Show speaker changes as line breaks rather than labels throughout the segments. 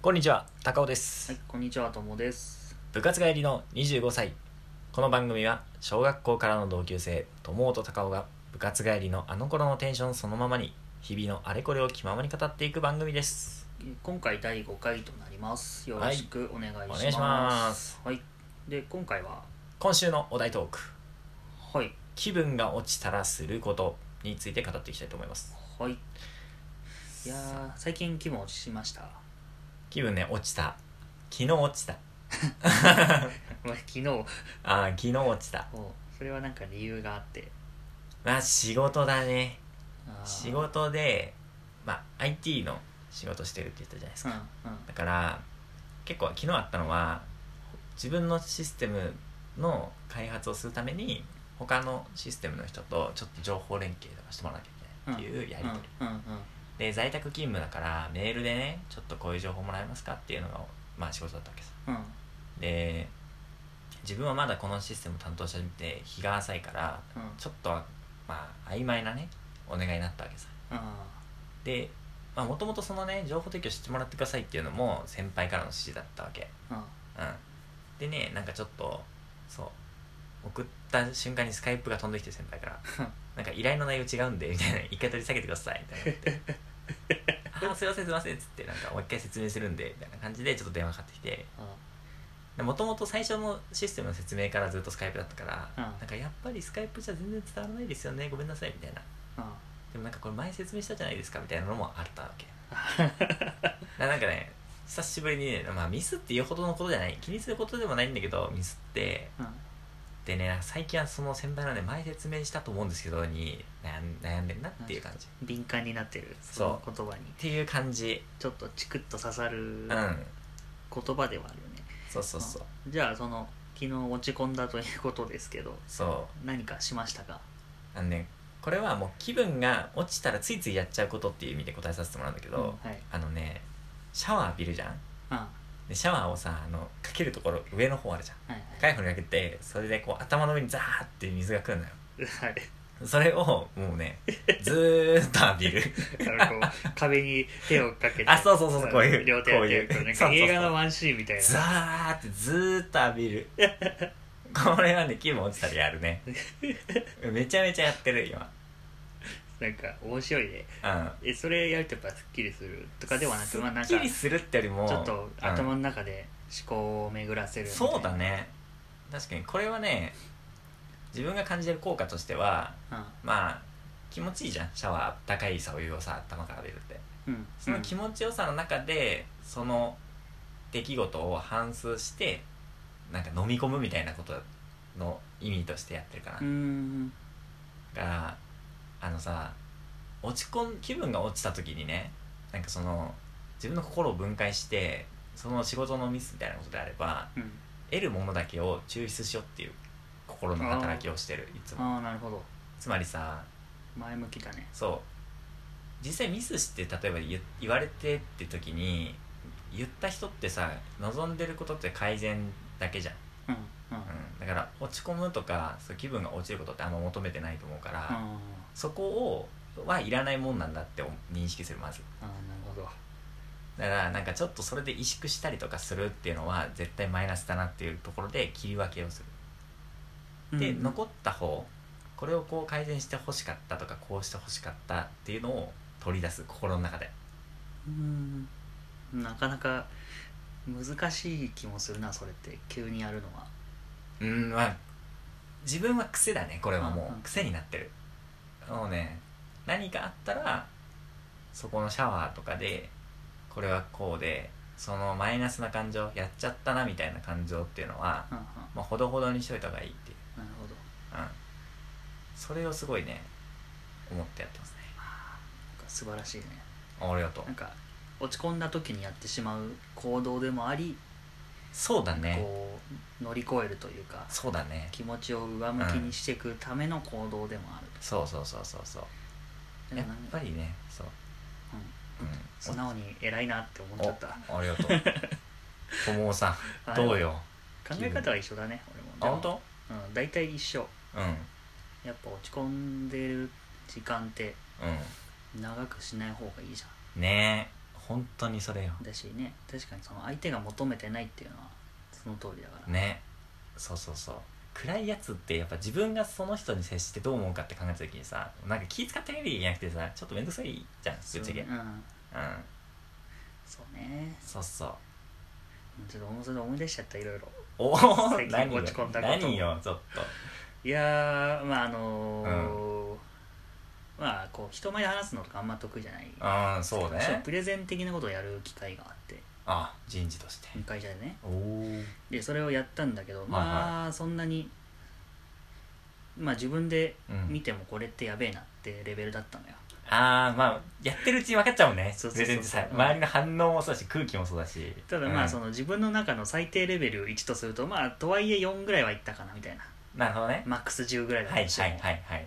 こんにちは高尾です、
はい、こんにちは、ともです。
部活帰りの25歳この番組は小学校からの同級生友と高尾が部活帰りのあの頃のテンションそのままに日々のあれこれを気ままに語っていく番組です
今回第5回となります。よろしくお願いします。
お願いします
はい。で、今回は、
今週のお題トーク
はい、
気分が落ちたらすることについて語っていきたいと思います
はい。いやー、最近気分落ちました。
気分ね落ちた昨日落ちた
まあ昨日、お
あー昨日落ちた
それはなんか理由があって。
まあ仕事だね
あー
仕事でまあ IT の仕事してるって言ったじゃないです
うん、
か、
うん。
だから結構昨日あったのは自分のシステムの開発をするために他のシステムの人とちょっと情報連携とかしてもらわなきゃいけないっていうやり
うん、
取
うん
り、、
うん。
で在宅勤務だからメールでねちょっとこういう情報もらえますかっていうのがまあ仕事だったわけです
うん、
で自分はまだこのシステム担当者見て日が浅いから
うん、
ちょっとはまあ曖昧なねお願いになったわけさ
あ
でもともとそのね情報提供してもらってくださいっていうのも先輩からの指示だったわけ
ー、
うん、でねなんかちょっとそう送った瞬間にスカイプが飛んできて先輩から 「なんか依頼の内容違うんで」みたいな「一回取り下げてください」みたいな言って 「あーすいませんすいません」っつってなんかもう一回説明するんでみたいな感じでちょっと電話かかってきて
うん、
もともと最初のシステムの説明からずっとスカイプだったから、
うん
なんかやっぱりスカイプじゃ全然伝わらないですよねごめんなさいみたいな
うん、うん。
でもなんかこれ前説明したじゃないですかみたいなのもあったわけななんかね久しぶりにね、まあ、ミスっていうほどのことじゃない気にすることでもないんだけどミスって
うん
でね最近はその先輩のね前説明したと思うんですけどに悩ん悩んでんなっていう感じっ
敏感になってるそ
そう
の言葉に
ていう感じ
ちょっとチクッと刺さ
う
る
ん
言葉ではあるよね、
そうそうそう
じゃあその昨日落ち込んだということですけど
そ
何かしましたか
うあのねこれはもう気分が落ちたらついついやっちゃうことっていう意味で答えさせてもらうんだけど、
うんはい
あのねシャワー浴びるじゃん
あ
でシャワーをさあのかけるところ上の方あるじゃん
はい
高い方にかけてそれでこう頭の上にザーって水が来るのよ
はいはい
それをもう ねずーっと浴びる
だからこう壁に手をかけて
あそうそうそうそうこういうん
両手
こう
を
いう
手をなん
そうそ
か
うそう
映画のワンシーンみたいな
ザーってずーっと浴びるこれはね気分落ちたらやるねめちゃめちゃやってる今
なんか面白いね
うん
えそれやるとやっぱすっきりするとかではなくまあなんか
すっきり
ち
するってよりも
ょっと頭
うん
の中で思考を巡らせるみたいな
そうだね確かにこれはね自分が感じてる効果としてはまあ気持ちいいじゃんシャワー高いさお湯をさ頭から浴びるって
うんうん
その気持ちよさの中でその出来事を反芻してなんか飲み込むみたいなことの意味としてやってるかな、
うんうん
だからあのさ落ち込ん気分が落ちた時にねなんかその自分の心を分解してその仕事のミスみたいなことであれば
うん
得るものだけを抽出しようっていう心の働きをしてるいつも
ああなるほど
つまりさ
前向きだね
そう実際ミスして例えば言言われてって時に言った人ってさ望んでることって改善だけじゃん、
うんうん
うん、だから落ち込むとかそう気分が落ちることってあんま求めてないと思うから、
あ
そこをはいらないもんなんだって認識するまず
あーなるほど
だからなんかちょっとそれで萎縮したりとかするっていうのは絶対マイナスだなっていうところで切り分けをするで、
うん
残った方これをこう改善してほしかったとかこうしてほしかったっていうのを取り出す心の中で
うんなかなか難しい気もするなそれって急にやるのは
うんまあ自分は癖だねこれはも
うんうん
う癖になってるもうね何かあったらそこのシャワーとかでこれはこうでそのマイナスな感情やっちゃったなみたいな感情っていうのは、
うんうん
まあ、ほどほどにしといた方がいいっていう、
なるほど
うん、それをすごいね思ってやってますね
なんか素晴らしいね
あありがとう
なんか落ち込んだ時にやってしまう行動でもあり、
そうだね
こう乗り越えるというか
そうだね
気持ちを上向きにしていくための行動でもある
そうそうそうそうそう
と、で
やっ
もなんか
ぱりねそう、うん
素直に偉いなって思っちゃった
おありがとう友尾 さん
あ
どうよ
考え方は一緒だね
あ
俺も
本当
当うん大体一緒
うん
やっぱ落ち込んでる時間って
う
長くしない方がいいじゃん
んねえ本当にそれよ
だしね確かにその相手が求めてないっていうのはその通りだから、
ねそうそうそう暗いやつってやっぱ自分がその人に接してどう思うかって考えた時にさなんか気使ってるじゃなくてさちょっと面倒くさいじゃんぶ
そう
っちゃけ
う
うん
んそうね
そうそう
ちょっとそれで思い出しちゃったいろいろ
おお
最近
何よ
落ち込んだこと
何よちょっと
いやーまああのーまあこう人前で話すのとかあんま得意じゃない
うんそう
むしろ
ね
プレゼン的なことをやる機会があって
あ人事として
会社でね
おお
でそれをやったんだけど
い
まあ、そんなにまあ自分で
うん
見てもこれってやべえなってレベルだったのよ、
ああまあやってるうちに分かっちゃうもんね
そうそう
プ
そ
レ
う
ゼンってさ周りの反応もそうだし空気もそうだした
だま
う
あ
ん
その自分の中の最低レベルを1とするとまあとはいえ4ぐらいはいったかなみたいな
なるほどね
マックス10ぐらいだっ
は
た
い
として
は
も
いはいはい
っ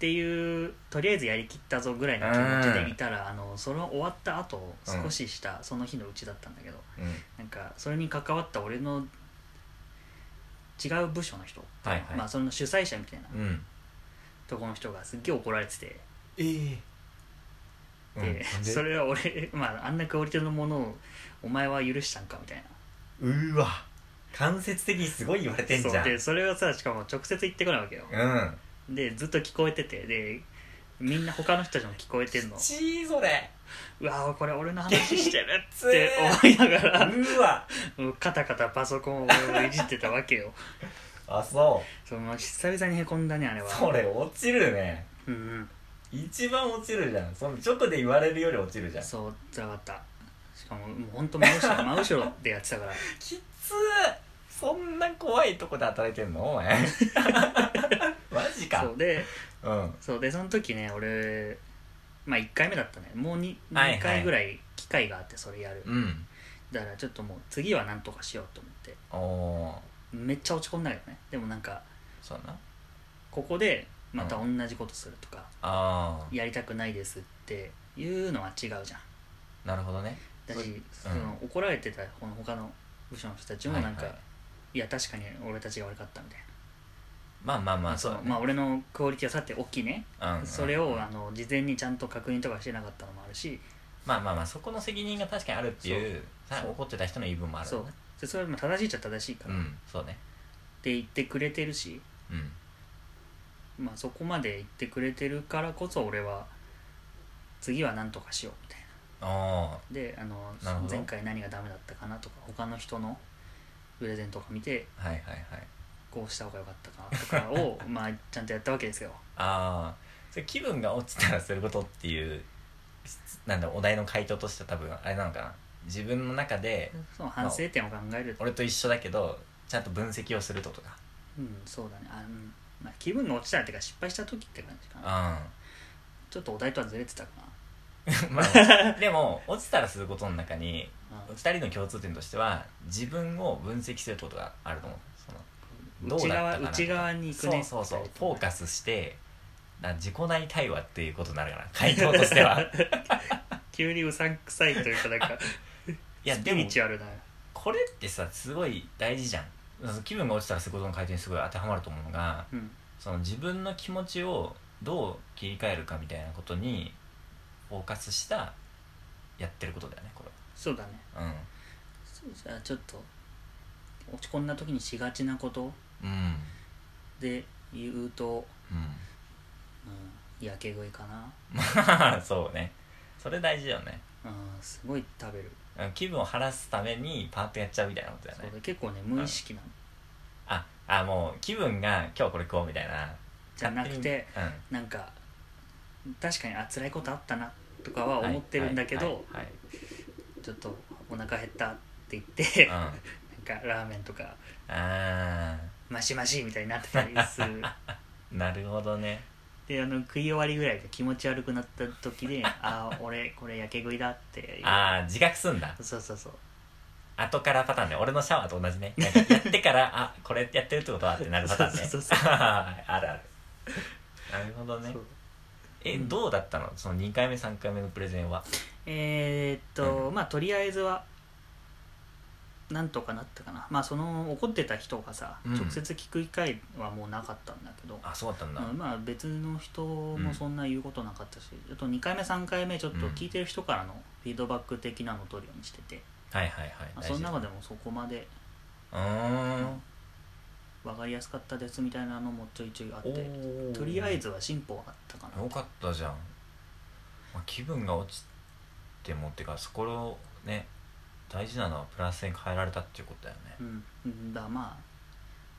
ていうとりあえずやりきったぞぐらいの気持ちでいたら、あのその終わった後少しした、その日のうちだったんだけど
うん
なんかそれに関わった俺の違う部署の人、
はいはい
まあその主催者みたいな
うん
とこの人がすっげえ怒られてて、
ええうん
で
なんで
それは俺、まあ、あんなクオリティのものをお前は許したんかみたいな
うーわ間接的にすごい言われてんじ
そ
ゃ
うんでそれをさしかも直接言ってこないわけよ
うん
でずっと聞こえててでみんな他の人たちも聞こえてんの
ちーそれ
うわーこれ俺の話してるっ
きつ
て思いなが
う
ら
ーわ
もうカタカタパソコンを俺はいじってたわけよ
あそ
その久々にへこんだねあれ
う
は
それ落ちるね
うんうん
一番落ちるじゃんその直で言われるより落ちるじゃん
そうつらかったしかももうほんと 真後ろ真後ろでやってたから
きつーそんな怖いとこで働いてんのお前 マジか
そうで
うんは
そうでその時ね俺まあ1回目だったねもう 2,
はいはい
回ぐらい機会があってそれやる、
うん
だからちょっともう次はなんとかしようと思って
おお
めっちゃ落ち込んだけどねでもなんか
そうやな
ここでまた同じことするとか、
あ
やりたくないですっていうのは違うじゃん
あなるほどね
だ
そう
し、その怒られてたこの他の部署の人たちもなんか、
はい
い
はい
や確かに俺たちが悪かったみたいな、
まあまあまあそう
まあ俺のクオリティはさておきね、
あうん、
それ
う
を
ん
あの事前にちゃんと確認とかしてなかったのもあるし、
まあまあまあそこの責任が確かにあるっていう
そう
さ
そう
怒ってた人の言い分もある
そうでそれも正しいっちゃ正しいから、
う
っ
んそうね
て言ってくれてるし、
うん
まあ、そこまで言ってくれてるからこそ俺は次は何とかしようみたいな
あ
であの
なるほど
前回何がダメだったかなとか他の人のプレゼントとか見て
あはいはいはい
こうした方が良かったかなと かをまあちゃんとやったわけですよ
ああそれ気分が落ちたらすることっていうなんだろうお題の回答としては多分あれなのかな自分の中で
その反省点を考えると、
俺と一緒だけどちゃんと分析をするととか
うんそうだねあ、うんまあ、気分が落ちたっていうか失敗した時って感じ か
うん
なちょっとお題とはずれてたか
まあでも落ちたらすることの中に
な、うん
2人の共通点としては自分を分析することがあると思うそのど
内
うだった
側
かな
内側に行くね
そうそうそう
二人と
フォ
も
ーカスしてな自己内対話っていうことになるかな回答 として は
急にうさんくさいというかなんか
いや
ス
で
ピ
も
リチュアルな
これってさすごい大事じゃん気分が落ちたらすることの回答にすごい当てはまると思うのが
うん
その自分の気持ちをどう切り替えるかみたいなことにフォーカスしたやってることだよねこ
そうだね
れは
そうじゃあちょっと落ち込んだ時にしがちなこと
うんうん
で言うと、
うん
うん、やけ食いかな
まあ そうねそれ大事よね
うんすごい食べる、
うん気分を晴らすためにパートやっちゃうみたいなことだよ
そ
ね
うで結構ね無意識なの
ああもう気分が今日これ食おうみたいな
じゃなくて
勝手にうん
なんか確かにあ辛いことあったなとかは思ってるんだけど、
はい
ちょっとお腹減ったって言って、
はいはいうん
なんかラーメンとか
あ
マシマシみたいになってたりす る
ーなるほどね
であの食い終わりぐらいで気持ち悪くなった時でああ俺これやけ食いだって
ああ自覚すんだ
そうそうそう
後からパターンね俺のシャワーと同じねなんかやってからあこれやってるってことはってなるパターンね
そうそうそ
あるあるなるほどね
そう
えどうだったのその2回目3回目のプレゼンは
えー、っと、まあとりあえずはなんとかなったかなまあその怒ってた人がさ、
うん
直接聞く機会はもうなかったんだけど
あそうだったんだ、
うんまあ別の人もそんな言うことなかったし、あと2回目3回目ちょっと聞いてる人からのフィードバック的なのを取るようにしてて、
はいはいはい
まあ、
大
その
事だ
中でもそこまで
うーん
分かりやすかったですみたいなのもちょいちょいあっ
お
て
ー
とりあえずは進歩はあったかな
よかったじゃん、まあ、気分が落ちてもっていうかそこをね大事なのはプラスに変えられたっていうことだよね
うんうんだま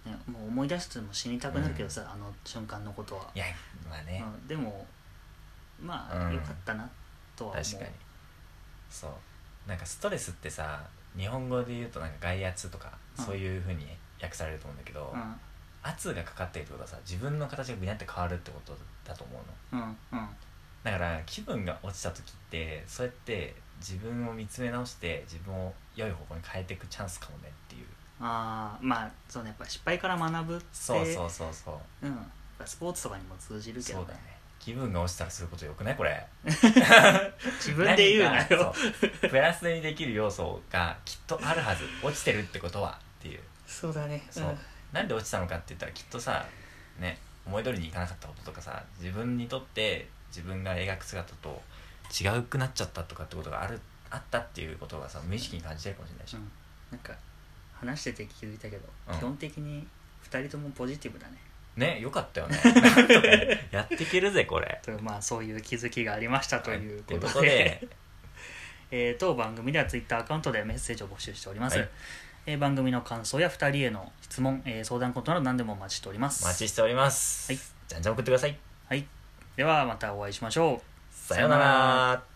あ、ね、もう思い出しても死にたくなるけどさ、あの瞬間のことは、
いやまあね、
うんでもまあ、
うん
よかったなとは思う
確かにそうなんかストレスってさ日本語で言うとなんか外圧とか、
うん
そういうふうに訳されると思うんだけど、圧がかかってるってことはさ自分の形がビナって変わるってことだと思うの
うんうんうん
だから気分が落ちた時ってそうやって自分を見つめ直して自分を良い方向に変えていくチャンスかもねっていう
あーまあそうねやっぱ失敗から学ぶって
そうそうそうそう
うん、やっぱスポーツとかにも通じるけ
そ
ど
う
ね
だね気分が落ちたらすることよくないこれ
自分で言うな
何
よ
かそうプラスにできる要素がきっとあるはず落ちてるってことはっていう
そうだね
そう、なんで落ちたのかって言ったらきっとさね思い通りにいかなかったこととかさ自分にとって自分が描く姿と違うくなっちゃったとかってことがあるあったっていうことがさ無意識に感じてるかもしれないし、
うんなんか話してて気づいたけど、
うん
基本的に2人ともポジティブだね
ねよかったよねなんとかねやっていけるぜこれ
というまあそういう気づきがありましたということで,、
はいというこ
えー当番組ではツイッターアカウントでメッセージを募集しております、
はい
えー番組の感想や2人への質問、えー相談事など何でもお待ちしております
お待ちしております、
はい
じゃんじゃん送ってください
はい、ではまたお会いしましょう
さような
さような
ら